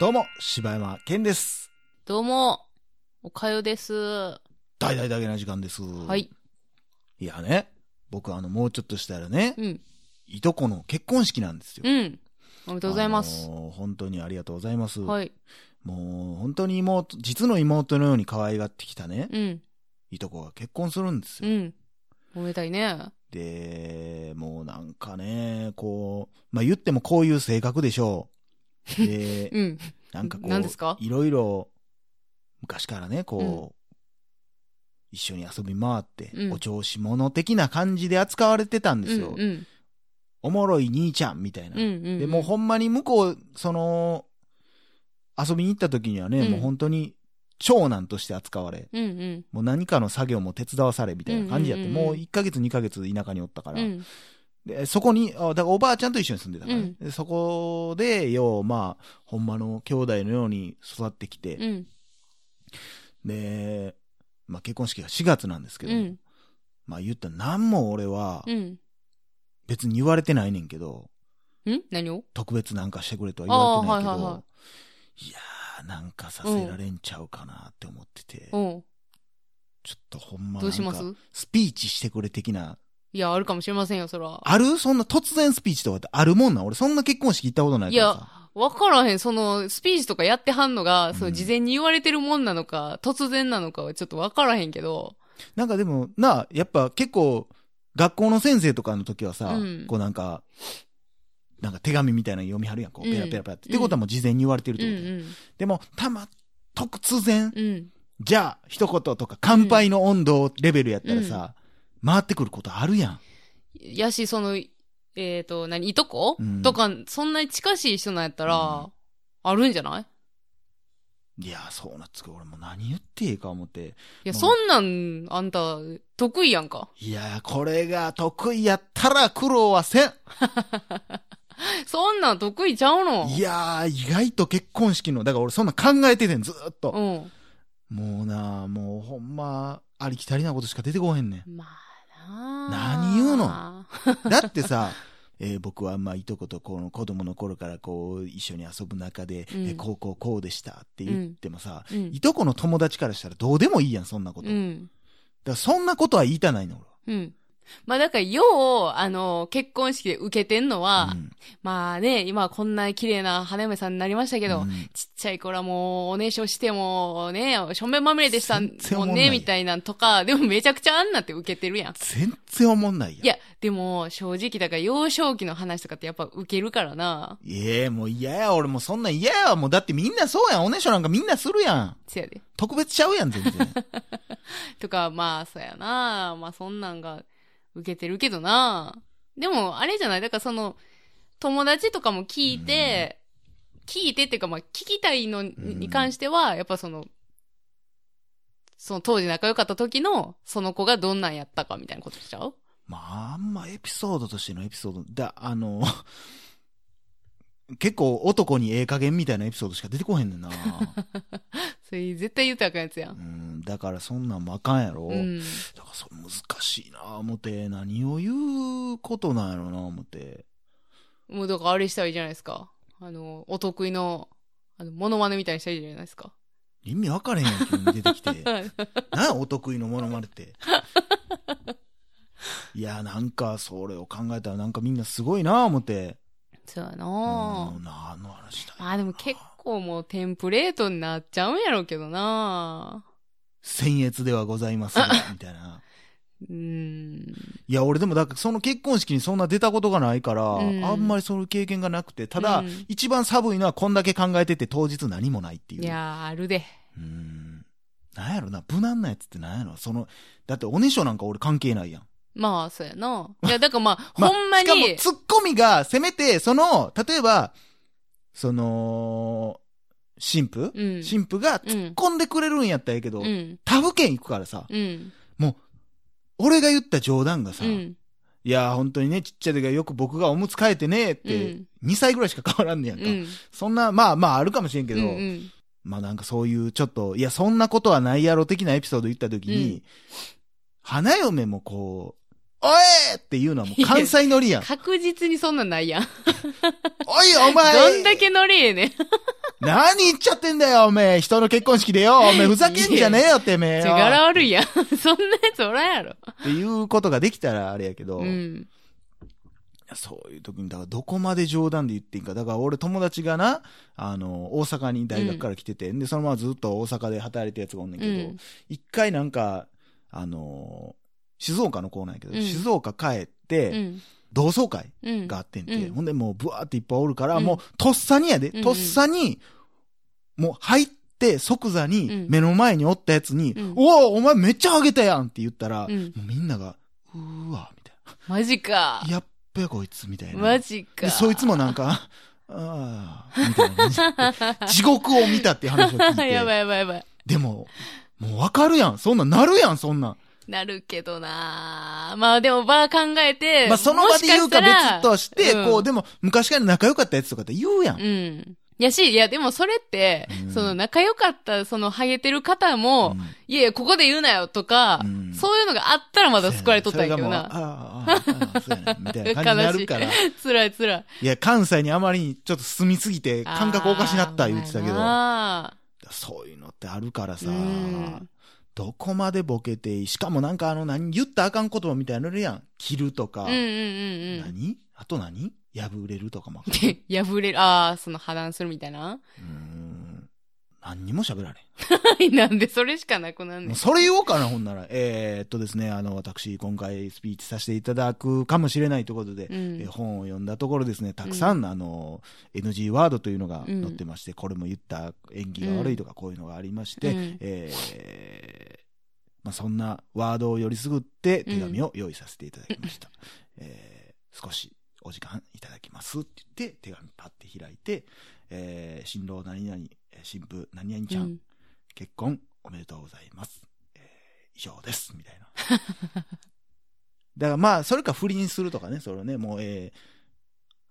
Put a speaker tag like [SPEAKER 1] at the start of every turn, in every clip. [SPEAKER 1] どうも、柴山健です。
[SPEAKER 2] どうも、おかよです。は。
[SPEAKER 1] 大々だけな時間です。はいいやね、僕あの、もうちょっとしたらね、
[SPEAKER 2] うん。
[SPEAKER 1] いとこの結婚式なんですよ。あ
[SPEAKER 2] う
[SPEAKER 1] り
[SPEAKER 2] ん。おめでとうございます。
[SPEAKER 1] 本当にありがとうございます。
[SPEAKER 2] はい。
[SPEAKER 1] もう、本当に妹、実の妹のように可愛がってきたね、
[SPEAKER 2] うん。
[SPEAKER 1] いとこが結婚するんです
[SPEAKER 2] う
[SPEAKER 1] よ。
[SPEAKER 2] ん。おめでたいね。
[SPEAKER 1] で、もうなんかね、こう、まあ、言ってもこういう性格でしょう。 で、
[SPEAKER 2] うん。
[SPEAKER 1] なんかこ
[SPEAKER 2] 何ですか
[SPEAKER 1] う、いろいろ、昔からね、こう、一緒に遊び回って、
[SPEAKER 2] うん
[SPEAKER 1] お調子者的な感じで扱われてたんですよ。
[SPEAKER 2] うん。うん。
[SPEAKER 1] おもろい兄ちゃんみたいな。
[SPEAKER 2] うん。うん。
[SPEAKER 1] で、もうほんまに向こう、その、遊びに行った時にはね、
[SPEAKER 2] うん
[SPEAKER 1] もう本当に長男として扱われ、
[SPEAKER 2] うん。うん。
[SPEAKER 1] もう何かの作業も手伝わされみたいな感じやって、
[SPEAKER 2] うんうんうんうん
[SPEAKER 1] もう1ヶ月2ヶ月田舎におったから、
[SPEAKER 2] うん。
[SPEAKER 1] で、そこに、あだからおばあちゃんと一緒に住んでたからね、でそこで、よう、まあ、ほんまの兄弟のように育ってきて、
[SPEAKER 2] うん。
[SPEAKER 1] で、まあ結婚式が4月なんですけど、
[SPEAKER 2] うん。
[SPEAKER 1] まあ言ったら何も俺は
[SPEAKER 2] うん。
[SPEAKER 1] 別に言われてないねんけど、
[SPEAKER 2] うん何を
[SPEAKER 1] 特別なんかしてくれとは言われてないけど、
[SPEAKER 2] あーはい
[SPEAKER 1] い
[SPEAKER 2] はいは
[SPEAKER 1] やーなんかさせられんちゃうかなって思ってて、
[SPEAKER 2] おう
[SPEAKER 1] ちょっとほんま
[SPEAKER 2] ど
[SPEAKER 1] な
[SPEAKER 2] うし
[SPEAKER 1] ん
[SPEAKER 2] ま
[SPEAKER 1] か
[SPEAKER 2] す
[SPEAKER 1] スピーチしてくれ的な、
[SPEAKER 2] いや、あるかもしれませんよ、そら。
[SPEAKER 1] あるそんな突然スピーチとかってあるもんなん俺そんな結婚式行ったことない
[SPEAKER 2] い
[SPEAKER 1] から
[SPEAKER 2] や
[SPEAKER 1] さ。、
[SPEAKER 2] わからへん。その、スピーチとかやってはんのが、そうの、
[SPEAKER 1] ん
[SPEAKER 2] 事前に言われてるもんなのか、突然なのかはちょっとわからへんけど。
[SPEAKER 1] なんかでも、なあ、やっぱ結構、学校の先生とかの時はさ、
[SPEAKER 2] うん
[SPEAKER 1] こうなんか、なんか手紙みたいなの読みはるやん、こう、
[SPEAKER 2] うん
[SPEAKER 1] ペラペラペラって。ってことはもう事前に言われてるっ
[SPEAKER 2] う
[SPEAKER 1] て
[SPEAKER 2] ん
[SPEAKER 1] ことや、でも、たま、突然
[SPEAKER 2] うん。、うん。
[SPEAKER 1] じゃあ、一言とか、乾杯の温度レベルやったらさ、回ってくることあるやん。
[SPEAKER 2] やし、その、えっ、と、何、いとこ、
[SPEAKER 1] うん
[SPEAKER 2] とか、そんなに近しい人なんやったら、あるんじゃない
[SPEAKER 1] いや、そうなっつく。俺もう何言っていいか思って。
[SPEAKER 2] いや、
[SPEAKER 1] もう
[SPEAKER 2] そんなん、あんた、得意やんか。
[SPEAKER 1] いや、これが得意やったら苦労はせん。
[SPEAKER 2] そんなん得意ちゃうの
[SPEAKER 1] いやー、意外と結婚式の、だから俺そんな考えててん、ずーっと。
[SPEAKER 2] うん。
[SPEAKER 1] もうなあ、もうほんま、ありきたりなことしか出てこへんね
[SPEAKER 2] まあなあ
[SPEAKER 1] 何言うのん。だってさ、 えー僕はまあいとことこの子供の頃からこう一緒に遊ぶ中で、
[SPEAKER 2] うん
[SPEAKER 1] えーこうこうこうでしたって言ってもさ、
[SPEAKER 2] うん
[SPEAKER 1] い。とこの友達からしたらどうでもいいやん、そんなこと。
[SPEAKER 2] う
[SPEAKER 1] だか
[SPEAKER 2] ん。
[SPEAKER 1] らそんなことは言いたないの、俺は
[SPEAKER 2] うん。まあだから、よう、あの、結婚式で受けてんのは、
[SPEAKER 1] うん
[SPEAKER 2] まあね、今はこんな綺麗な花嫁さんになりましたけど、
[SPEAKER 1] うん
[SPEAKER 2] ちっちゃい頃はもう、おねしょしても、ね、しょんべんまみれでした
[SPEAKER 1] 全然
[SPEAKER 2] もん
[SPEAKER 1] 思んないや
[SPEAKER 2] ね、みたいなんとか、でもめちゃくちゃあんなって受けてるやん。
[SPEAKER 1] 全然おもんないやん。
[SPEAKER 2] いや、でも、正直、だから幼少期の話とかってやっぱ受けるからな。
[SPEAKER 1] いや。もう嫌や、俺もうそんなん嫌やわ。もうだってみんなそうやん。おねしょなんかみんなするやん。
[SPEAKER 2] せやで。
[SPEAKER 1] 特別ちゃうやん、全 然。
[SPEAKER 2] とか、まあ、そうやな。まあ、そんなんが受けてるけどな。でも、あれじゃないだからその、友達とかも聞いて、聞いてっていうか、まあ、聞きたいのに
[SPEAKER 1] うん
[SPEAKER 2] に関しては、やっぱその、その当時仲良かった時の、その子がどんなんやったかみたいなことしちゃう
[SPEAKER 1] まあ、あんまエピソードとしてのエピソード、だ、あの、 結構男にええ加減みたいなエピソードしか出てこへんね んな。
[SPEAKER 2] それ絶対言うたらあかんやつや。
[SPEAKER 1] うんん、だからそんなんもあかんやろ。
[SPEAKER 2] うん。
[SPEAKER 1] だからそう難しいな思って、何を言うことなんやろな思って。
[SPEAKER 2] もうだからあれしたらいいじゃないですか。あの、お得意の、あの、モノマネみたいにしたらいいじゃないですか。
[SPEAKER 1] 意味分かれへんやん、急に出て きて。なんやお得意のモノマネって。いや、なんか、それを考えたらなんかみんなすごいな思って。
[SPEAKER 2] そうやな
[SPEAKER 1] うん、
[SPEAKER 2] あ
[SPEAKER 1] なあの話だよ。
[SPEAKER 2] まあでも結構もうテンプレートになっちゃうんやろうけどな
[SPEAKER 1] 僭越ではござい ますが、みたいな。
[SPEAKER 2] うーん。
[SPEAKER 1] いや、俺でも、だからその結婚式にそんな出たことがないから、
[SPEAKER 2] うん
[SPEAKER 1] あんまりそういう経験がなくて、ただ、
[SPEAKER 2] うん
[SPEAKER 1] 一番寒いのはこんだけ考えてて当日何もないっていう。
[SPEAKER 2] いやー、あるで。
[SPEAKER 1] うん。なんやろな、無難なやつってなんやろその、だっておねしょなんか俺関係ないやん。
[SPEAKER 2] まあ、そうやな。いや、だからまあ、
[SPEAKER 1] まあ
[SPEAKER 2] ほんま
[SPEAKER 1] しかも
[SPEAKER 2] に、
[SPEAKER 1] ツッコミが、せめて、その、例えば、その、神父、
[SPEAKER 2] うん。
[SPEAKER 1] 神父が
[SPEAKER 2] う
[SPEAKER 1] 突っ
[SPEAKER 2] ん。
[SPEAKER 1] 込んでくれるんやったらええけど、
[SPEAKER 2] うん。
[SPEAKER 1] 他府県行くからさ、
[SPEAKER 2] うん。
[SPEAKER 1] 俺が言った冗談がさ、
[SPEAKER 2] うん。
[SPEAKER 1] いや、本当にね、ちっちゃい時はよく僕がおむつ替えてねって、
[SPEAKER 2] うん
[SPEAKER 1] 2歳ぐらいしか変わらんねやんか。
[SPEAKER 2] うん。
[SPEAKER 1] そんな、まあまああるかもしれんけど、
[SPEAKER 2] うん。
[SPEAKER 1] まあなんかそういうちょっと、いや、そんなことはないやろ的なエピソード言った時に、
[SPEAKER 2] う
[SPEAKER 1] 花嫁もこう、おいっていうのはもう関西乗りやん。
[SPEAKER 2] 確実にそんなんないやん。
[SPEAKER 1] おいお前
[SPEAKER 2] どんだけノリええねん。
[SPEAKER 1] 何言っちゃってんだよ、おめえ。人の結婚式 でよ、おめえふざけんじゃねえよ、てめえよ。
[SPEAKER 2] 手柄悪いやん。そん なやつおらんやろ。
[SPEAKER 1] っていうことができたらあれやけど、
[SPEAKER 2] う
[SPEAKER 1] い
[SPEAKER 2] ん。
[SPEAKER 1] やそういう時に、だからどこまで冗談で言っていいんか。だから俺友達がな、あの、大阪に大学から来てて、ん、で、そのままずっと大阪で働いてるやつがおんねん
[SPEAKER 2] う
[SPEAKER 1] けど、
[SPEAKER 2] ん。
[SPEAKER 1] 一回なんか、あの、静岡のコーナーやけど、
[SPEAKER 2] うん
[SPEAKER 1] 静岡帰っ
[SPEAKER 2] う
[SPEAKER 1] て、
[SPEAKER 2] ん。
[SPEAKER 1] 同窓会
[SPEAKER 2] うん。
[SPEAKER 1] があってんて、
[SPEAKER 2] うん
[SPEAKER 1] ほんでもうブワーっていっぱいおるから、
[SPEAKER 2] うん
[SPEAKER 1] もうとっさにやで、
[SPEAKER 2] うんうん
[SPEAKER 1] とっさに、もう入って即座
[SPEAKER 2] う
[SPEAKER 1] に
[SPEAKER 2] ん
[SPEAKER 1] 目の前におったやつに、
[SPEAKER 2] うん
[SPEAKER 1] おおお前めっちゃハゲたやんって言ったら、
[SPEAKER 2] うん
[SPEAKER 1] もうみんなが、うーわ、みたい
[SPEAKER 2] マジか
[SPEAKER 1] な。。やっべこいつ、みたいな。
[SPEAKER 2] マジか。
[SPEAKER 1] で、そいつ もなんか、ああ、みたいな感じで。地獄を見たっていう話を聞いて。
[SPEAKER 2] やばいやばいやばい。
[SPEAKER 1] でも、もうわかるやん。そんなんなるやん、そんなん。
[SPEAKER 2] なるけどなまあでも、ばあ考えて。
[SPEAKER 1] まあ、その場で言うか
[SPEAKER 2] もししたら
[SPEAKER 1] 別として、
[SPEAKER 2] ん
[SPEAKER 1] こう、でも、昔から仲良かったやつとかって言うやん。
[SPEAKER 2] うん。やし、いや、でもそれって、
[SPEAKER 1] うん
[SPEAKER 2] その仲良かった、そのハゲてる方も、
[SPEAKER 1] うん
[SPEAKER 2] いやいや、ここで言うなよとか、
[SPEAKER 1] うん
[SPEAKER 2] そういうのがあったらまだ救われとったんやけど
[SPEAKER 1] そ
[SPEAKER 2] な。
[SPEAKER 1] れがもうああ、ああ、ああそうやねみたいな感じになるから。い
[SPEAKER 2] 辛い辛い。
[SPEAKER 1] や、関西にあまりにちょっと住みすぎて感覚おかしなった言ってたけど、
[SPEAKER 2] あ
[SPEAKER 1] そういうのってあるから
[SPEAKER 2] ー
[SPEAKER 1] さ
[SPEAKER 2] う、ん
[SPEAKER 1] どこまでボケていい、しかもなんかあの何、言ったらあかん言葉みたいなのあるやん。切るとか、
[SPEAKER 2] うんうんうんうん。
[SPEAKER 1] 何あと何破れるとかもあかん。
[SPEAKER 2] で破れる、ああ、その破談するみたいな。
[SPEAKER 1] うーん。何にも喋られん。
[SPEAKER 2] なんでそれしかなくなんね。
[SPEAKER 1] もうんそれ言おうかな、ほんなら。えーっとですね、あの、私、今回スピーチさせていただくかもしれないということで、
[SPEAKER 2] う
[SPEAKER 1] えー
[SPEAKER 2] ん。
[SPEAKER 1] 本を読んだところですね、たくさん、あの、NG ワードというのが載ってまして、これも言った演技が悪いとか、こういうのがありまして、
[SPEAKER 2] うん
[SPEAKER 1] えーまあ、そんなワードをよりすぐって手紙を用意させていただきま した。えー少しお時間いただきますって言って、手紙パッて開いて、えー新郎何々、えー新婦何々ちゃん、
[SPEAKER 2] うん
[SPEAKER 1] 結婚おめでとうございます。えー以上です。みたいな。 だからまあ、それか不倫するとかね、それをね、もう、えー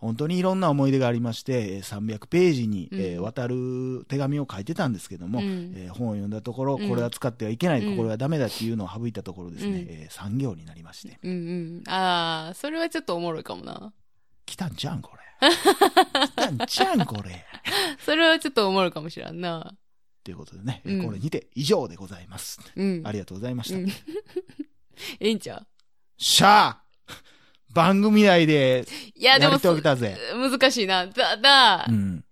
[SPEAKER 1] 本当にいろんな思い出がありまして、えー300ページに、
[SPEAKER 2] うん
[SPEAKER 1] えー渡る手紙を書いてたんですけども、
[SPEAKER 2] うん
[SPEAKER 1] えー本を読んだところ、
[SPEAKER 2] うん
[SPEAKER 1] これは使ってはいけない、
[SPEAKER 2] うん
[SPEAKER 1] これはダメだっていうのを省いたところですね、
[SPEAKER 2] うん
[SPEAKER 1] え3行になりまして、
[SPEAKER 2] うんうん。ああ、それはちょっとおもろいかもな。
[SPEAKER 1] 来たんじゃん、これ。来たんじゃん、これ。
[SPEAKER 2] それはちょっとおもろいかもしらんな。
[SPEAKER 1] ということでね、え
[SPEAKER 2] うん
[SPEAKER 1] これにて以上でございます。
[SPEAKER 2] うん。
[SPEAKER 1] ありがとうございました。
[SPEAKER 2] うん。 ええんちゃう
[SPEAKER 1] しゃあ番組内で
[SPEAKER 2] いや、で
[SPEAKER 1] や
[SPEAKER 2] も
[SPEAKER 1] り
[SPEAKER 2] そ、
[SPEAKER 1] 遂げたぜ。
[SPEAKER 2] 難しいな。ただ、
[SPEAKER 1] うん。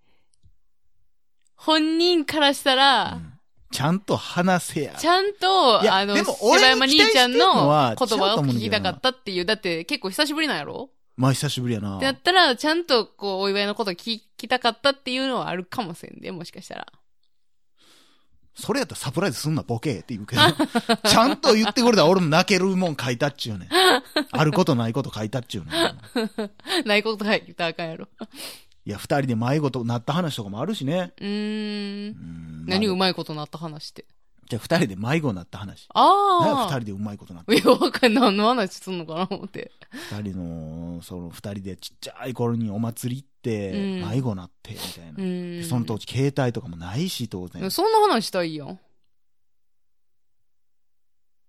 [SPEAKER 2] 本人からしたら、
[SPEAKER 1] うんちゃんと話せや。
[SPEAKER 2] ちゃんと、
[SPEAKER 1] いや
[SPEAKER 2] あの、
[SPEAKER 1] でも俺に
[SPEAKER 2] 柴山兄ちゃん
[SPEAKER 1] 期待してん
[SPEAKER 2] の言
[SPEAKER 1] のは違う
[SPEAKER 2] 葉
[SPEAKER 1] と
[SPEAKER 2] を
[SPEAKER 1] 思うんだけどな
[SPEAKER 2] 聞きたかったっていう。だって結構久しぶりなんやろ
[SPEAKER 1] まあ久しぶりやな
[SPEAKER 2] って。なったら、ちゃんとこう、お祝いのこと聞きたかったっていうのはあるかもしれんで、もしかしたら。
[SPEAKER 1] それやったらサプライズすんな、ボケって言うけ ど。ちゃんと言ってくれたら俺も泣けるもん書いたっちゅうねん。あることないこと書いたっちゅうねん。
[SPEAKER 2] ないことは言ったらあかんやろ。
[SPEAKER 1] いや、二人で迷子となった話とかもあるしね。
[SPEAKER 2] うー。
[SPEAKER 1] うんん
[SPEAKER 2] 何
[SPEAKER 1] ま
[SPEAKER 2] う
[SPEAKER 1] あ
[SPEAKER 2] まいことなった話って。
[SPEAKER 1] じゃあ二人で迷子になった話。何や
[SPEAKER 2] あ
[SPEAKER 1] 二
[SPEAKER 2] あ。
[SPEAKER 1] 人でうまいことなった。
[SPEAKER 2] いや、わかんない。何の話すんのかな思って。
[SPEAKER 1] 二人の、その二人でちっちゃい頃にお祭り行って、
[SPEAKER 2] うん
[SPEAKER 1] 迷子なって、みたいな
[SPEAKER 2] う。ーん。
[SPEAKER 1] その当時携帯とかもないし、当然。
[SPEAKER 2] そんな話したらいいやん。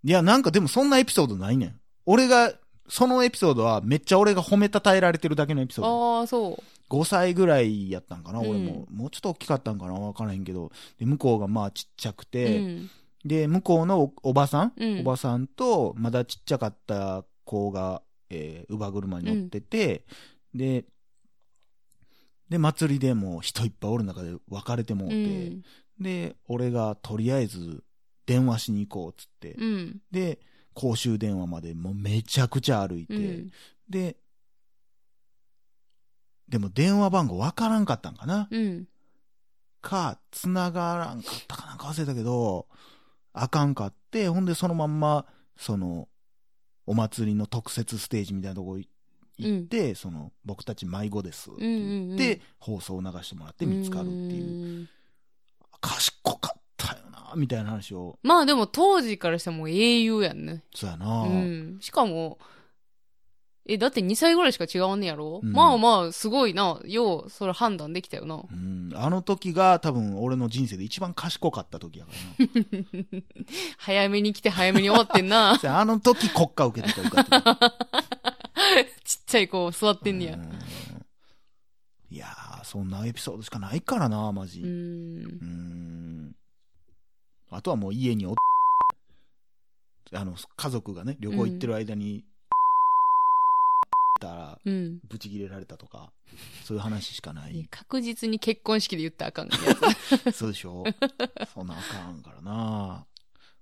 [SPEAKER 1] いや、なんかでもそんなエピソードないねん。俺が、そのエピソードはめっちゃ俺が褒めたたえられてるだけのエピソード。
[SPEAKER 2] ああ、そう。
[SPEAKER 1] 5歳ぐらいやったんかな、
[SPEAKER 2] うん
[SPEAKER 1] 俺も。もうちょっと大きかったんかなわからへんけど。で、向こうがまあちっちゃくて、
[SPEAKER 2] うん。
[SPEAKER 1] で、向こうのおおばさん、
[SPEAKER 2] うん
[SPEAKER 1] おばさんと、まだちっちゃかった子が、えー、乳母車に乗ってて、で、で、祭りでもう人いっぱいおる中で別れてもう
[SPEAKER 2] う
[SPEAKER 1] て、
[SPEAKER 2] ん。
[SPEAKER 1] で、俺がとりあえず電話しに行こうっつって、
[SPEAKER 2] うん。
[SPEAKER 1] で、公衆電話までもうめちゃくちゃ歩いて、
[SPEAKER 2] うん。
[SPEAKER 1] で、でも電話番号わからんかったんかな、
[SPEAKER 2] うん。
[SPEAKER 1] か、繋がらんかったかなんか忘れたけど、あかんかって、ほんでそのまんま、その、お祭りの特設ステージみたいなとこい行って、その、僕たち迷子ですって言って、
[SPEAKER 2] うんうんうん
[SPEAKER 1] 放送を流してもらって見つかるっていう。
[SPEAKER 2] うーん
[SPEAKER 1] 賢かったよな、みたいな話を。
[SPEAKER 2] まあでも当時からしたらもう英雄やんね。
[SPEAKER 1] そうやな、
[SPEAKER 2] うん。しかも、え、だって2歳ぐらいしか違わんねやろ、
[SPEAKER 1] うん
[SPEAKER 2] まあまあ、すごいな。よう、それ判断できたよな。
[SPEAKER 1] うん、あの時が多分俺の人生で一番賢かった時やから な
[SPEAKER 2] 早めに来て早めに終わってんな。ちっ
[SPEAKER 1] せや。あの時国家受けてたら受かってた。
[SPEAKER 2] ちゃい子座ってんねや
[SPEAKER 1] う。いやー、そんなエピソードしかないからな、マジ。
[SPEAKER 2] うーん
[SPEAKER 1] う。ーんあとはもう家におっあの家族がね旅行行ってる間に、たら
[SPEAKER 2] うん。
[SPEAKER 1] ブチ切れられたとかそういう話しかない
[SPEAKER 2] 確実に結婚式で言ったらあかんね。
[SPEAKER 1] そうでしょ そんなあかんからな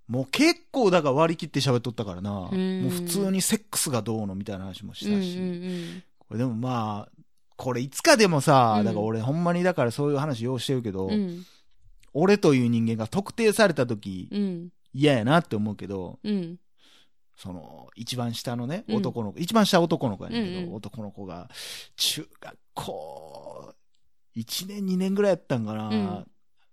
[SPEAKER 1] もう結構だから割り切って喋っとったからなもう
[SPEAKER 2] うん
[SPEAKER 1] 普通にセックスがどうのみたいな話もし
[SPEAKER 2] うんう
[SPEAKER 1] た
[SPEAKER 2] ん
[SPEAKER 1] し、
[SPEAKER 2] うん。
[SPEAKER 1] これでもまあこれいつかでもさ、
[SPEAKER 2] うん
[SPEAKER 1] だから俺ほんまにだからそういう話ようしてるけど、
[SPEAKER 2] うん。
[SPEAKER 1] 俺という人間が特定された時
[SPEAKER 2] うん。
[SPEAKER 1] 嫌やなって思うけど、
[SPEAKER 2] うん。
[SPEAKER 1] その、一番下のね、
[SPEAKER 2] うん
[SPEAKER 1] 男の子、一番下男の子やねんけど、
[SPEAKER 2] うんうん
[SPEAKER 1] 男の子が、中学校、1年2年ぐらいやったんかな、
[SPEAKER 2] うん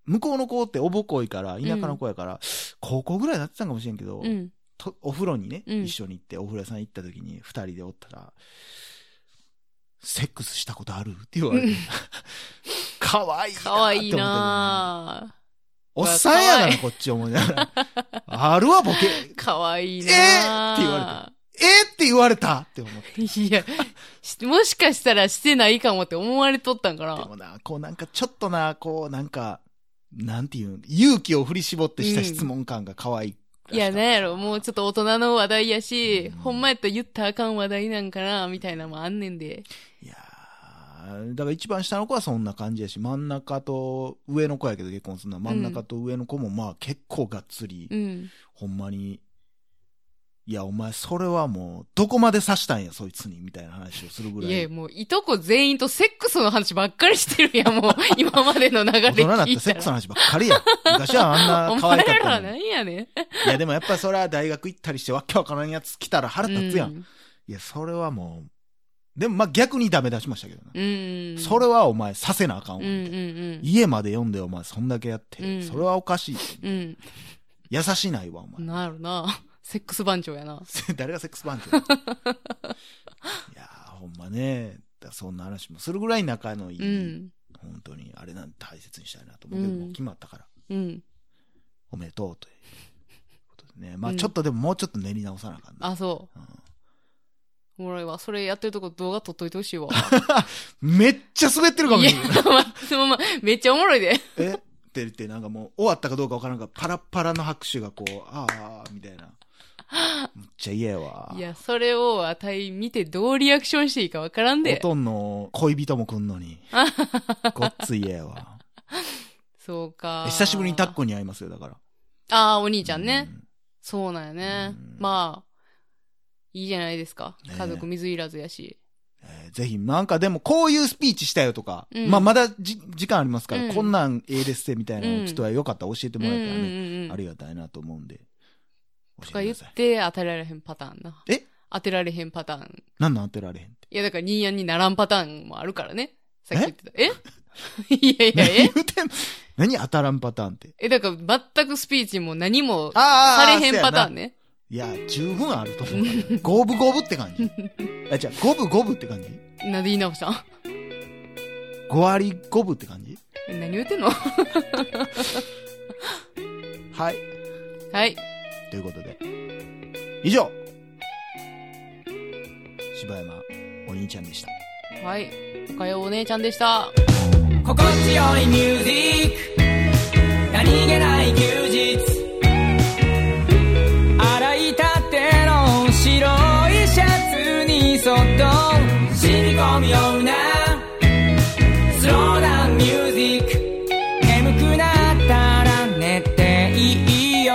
[SPEAKER 1] 向こうの子っておぼこいから、田舎の子やから、高校ぐらいだってたんかもしれんけど、
[SPEAKER 2] うん。
[SPEAKER 1] とお風呂にね、
[SPEAKER 2] うん
[SPEAKER 1] 一緒に行って、お風呂屋さん行った時に、二人でおったら、セックスしたことあるって言われて、 かわいいなーって
[SPEAKER 2] か
[SPEAKER 1] 思っ
[SPEAKER 2] わ
[SPEAKER 1] たけ
[SPEAKER 2] いい
[SPEAKER 1] どね
[SPEAKER 2] な
[SPEAKER 1] おっさんやか
[SPEAKER 2] かわい
[SPEAKER 1] ら、
[SPEAKER 2] い
[SPEAKER 1] こっち思いながら。あるわ、ボケ。
[SPEAKER 2] ぁ。かわいいな
[SPEAKER 1] えーって
[SPEAKER 2] ぁ。
[SPEAKER 1] 言わえって言われたって思って。
[SPEAKER 2] いや、し もしかしたらしてないかもって思われとったんか
[SPEAKER 1] で
[SPEAKER 2] な。
[SPEAKER 1] もな、こうなんかちょっとな、こうなんか、なんていうん勇気を振り絞ってした質問感が可愛い
[SPEAKER 2] いや、なんやろ、もうちょっと大人の話題やし、
[SPEAKER 1] うん
[SPEAKER 2] ほんまやったら言ったらあかん話題なんかな、みたいなのもあんねんで。
[SPEAKER 1] いやーだから一番下の子はそんな感じやし、真ん中と上の子やけど結婚するのは、真ん中と上の子もまあ結構がっつり、
[SPEAKER 2] うん。
[SPEAKER 1] ほんまに、いや、お前それはもう、どこまで刺したんや、そいつに、みたいな話をするぐら
[SPEAKER 2] いや、
[SPEAKER 1] い。
[SPEAKER 2] もう、いとこ全員とセックスの話ばっかりしてるやん、も う、今までの流れ
[SPEAKER 1] 大人になっ
[SPEAKER 2] 聞
[SPEAKER 1] て
[SPEAKER 2] い
[SPEAKER 1] セッ
[SPEAKER 2] た
[SPEAKER 1] クスの
[SPEAKER 2] ら。
[SPEAKER 1] 話ばっかりや。昔はあんな可
[SPEAKER 2] お
[SPEAKER 1] 愛
[SPEAKER 2] 前
[SPEAKER 1] かっ
[SPEAKER 2] ら
[SPEAKER 1] た
[SPEAKER 2] は
[SPEAKER 1] のに。
[SPEAKER 2] 何やねん。
[SPEAKER 1] いや、でもやっぱそれは大学行ったりしてわけわからんやつ来たら腹立つやん
[SPEAKER 2] う。ん。
[SPEAKER 1] いや、それはもう、でもまあ逆にダメ出しましたけどな。
[SPEAKER 2] うん。
[SPEAKER 1] それはお前させなあかんわ、
[SPEAKER 2] うん
[SPEAKER 1] み
[SPEAKER 2] う
[SPEAKER 1] たい
[SPEAKER 2] ん
[SPEAKER 1] な家まで読んでお前そんだけやって、
[SPEAKER 2] うん
[SPEAKER 1] それはおかしい。
[SPEAKER 2] うん。うん。
[SPEAKER 1] 優しないわ、お前。
[SPEAKER 2] なるな。 セックス番長やな。
[SPEAKER 1] 誰がセックス番長い やー、ほんまね。だそんな話もするぐらい仲のいい、
[SPEAKER 2] うん。
[SPEAKER 1] 本当にあれなんて大切にしたいなと思うけど、
[SPEAKER 2] うん
[SPEAKER 1] もう決まったから、
[SPEAKER 2] うん。
[SPEAKER 1] おめでとうということでね。まあ
[SPEAKER 2] うん
[SPEAKER 1] ちょっとでももうちょっと練り直さなあかんな。
[SPEAKER 2] あ、そ
[SPEAKER 1] うん
[SPEAKER 2] う。おもろいわ。それやってるとこ動画撮っといてほしい わ。
[SPEAKER 1] めっちゃ滑ってるかも
[SPEAKER 2] いや
[SPEAKER 1] しれない。、
[SPEAKER 2] そのまま、めっちゃおもろいで。
[SPEAKER 1] えって言って、なんかもう終わったかどうかわからんが、パラッパラの拍手がこう、ああ、みたいな。むっちゃ嫌やわ。
[SPEAKER 2] いや、それをあたい見てどうリアクションしていいかわからん
[SPEAKER 1] お
[SPEAKER 2] で。
[SPEAKER 1] とんの恋人も来んのに。ごっつ嫌やわ。
[SPEAKER 2] そうか。
[SPEAKER 1] 久しぶりにタッ。コに会いますよ、だから。
[SPEAKER 2] ああ、お
[SPEAKER 1] い
[SPEAKER 2] 兄ちゃんね。。そうなんよね
[SPEAKER 1] うん。
[SPEAKER 2] まあ、いいじゃないですか。
[SPEAKER 1] ねえ
[SPEAKER 2] 家族水いらずやし。
[SPEAKER 1] えーぜひ、なんかでも、こういうスピーチしたよとか、
[SPEAKER 2] うん
[SPEAKER 1] まあ、まだじ時間ありますから、
[SPEAKER 2] うん
[SPEAKER 1] こんなんええですってみたいな
[SPEAKER 2] うん
[SPEAKER 1] 人はよかったら教えて
[SPEAKER 2] うん
[SPEAKER 1] も
[SPEAKER 2] う
[SPEAKER 1] ら
[SPEAKER 2] ん
[SPEAKER 1] えたらね、
[SPEAKER 2] うんう
[SPEAKER 1] あ
[SPEAKER 2] ん。
[SPEAKER 1] りがたいなと思うんで、
[SPEAKER 2] と
[SPEAKER 1] 教
[SPEAKER 2] か
[SPEAKER 1] えてく
[SPEAKER 2] 言
[SPEAKER 1] だ
[SPEAKER 2] っ
[SPEAKER 1] さい。
[SPEAKER 2] て当てられへんパターンな。
[SPEAKER 1] え
[SPEAKER 2] 当てられへんパターン。
[SPEAKER 1] なんなん当てられへんって。
[SPEAKER 2] いや、だから、ニーヤンにならんパターンもあるからね。さっき言ってた。え いやいや、
[SPEAKER 1] 何
[SPEAKER 2] え
[SPEAKER 1] 言うてんの何当たらんパターンって。
[SPEAKER 2] え、だから、全くスピーチも何も
[SPEAKER 1] あ
[SPEAKER 2] されへんパター
[SPEAKER 1] ン
[SPEAKER 2] ンね。
[SPEAKER 1] いや、十分あると思うから。五分五分って 感じ。あ、じゃ五分五分って感じ
[SPEAKER 2] なんで言い直したん
[SPEAKER 1] 五割五分って感じ
[SPEAKER 2] 何言うてんの
[SPEAKER 1] はい。
[SPEAKER 2] はい。
[SPEAKER 1] ということで。以上柴山お兄ちゃんでした。
[SPEAKER 2] はい。おかようお姉ちゃんでした。
[SPEAKER 3] 心地よいミュージック何気ない休日洗いたての白いシャツにそっと染み込むようなスローダウンミュージック眠くなったら寝ていいよ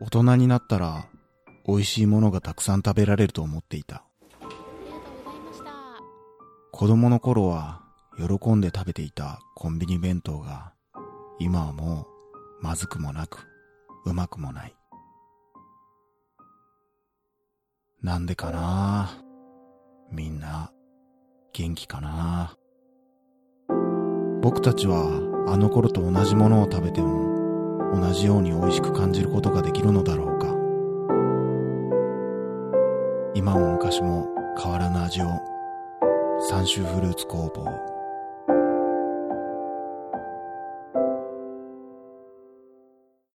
[SPEAKER 1] 大人になったら、美味しいものがたくさん食べられると思っていた。
[SPEAKER 4] ありがとうございました。
[SPEAKER 1] 子供の頃は、喜んで食べていたコンビニ弁当が、今はもう、まずくもなく、うまくもない。なんでかなみんな、元気かな僕たちは、あの頃と同じものを食べても、同じように美味しく感じることができるのだろうか今も昔も変わらぬ味を、三州フルーツ工房。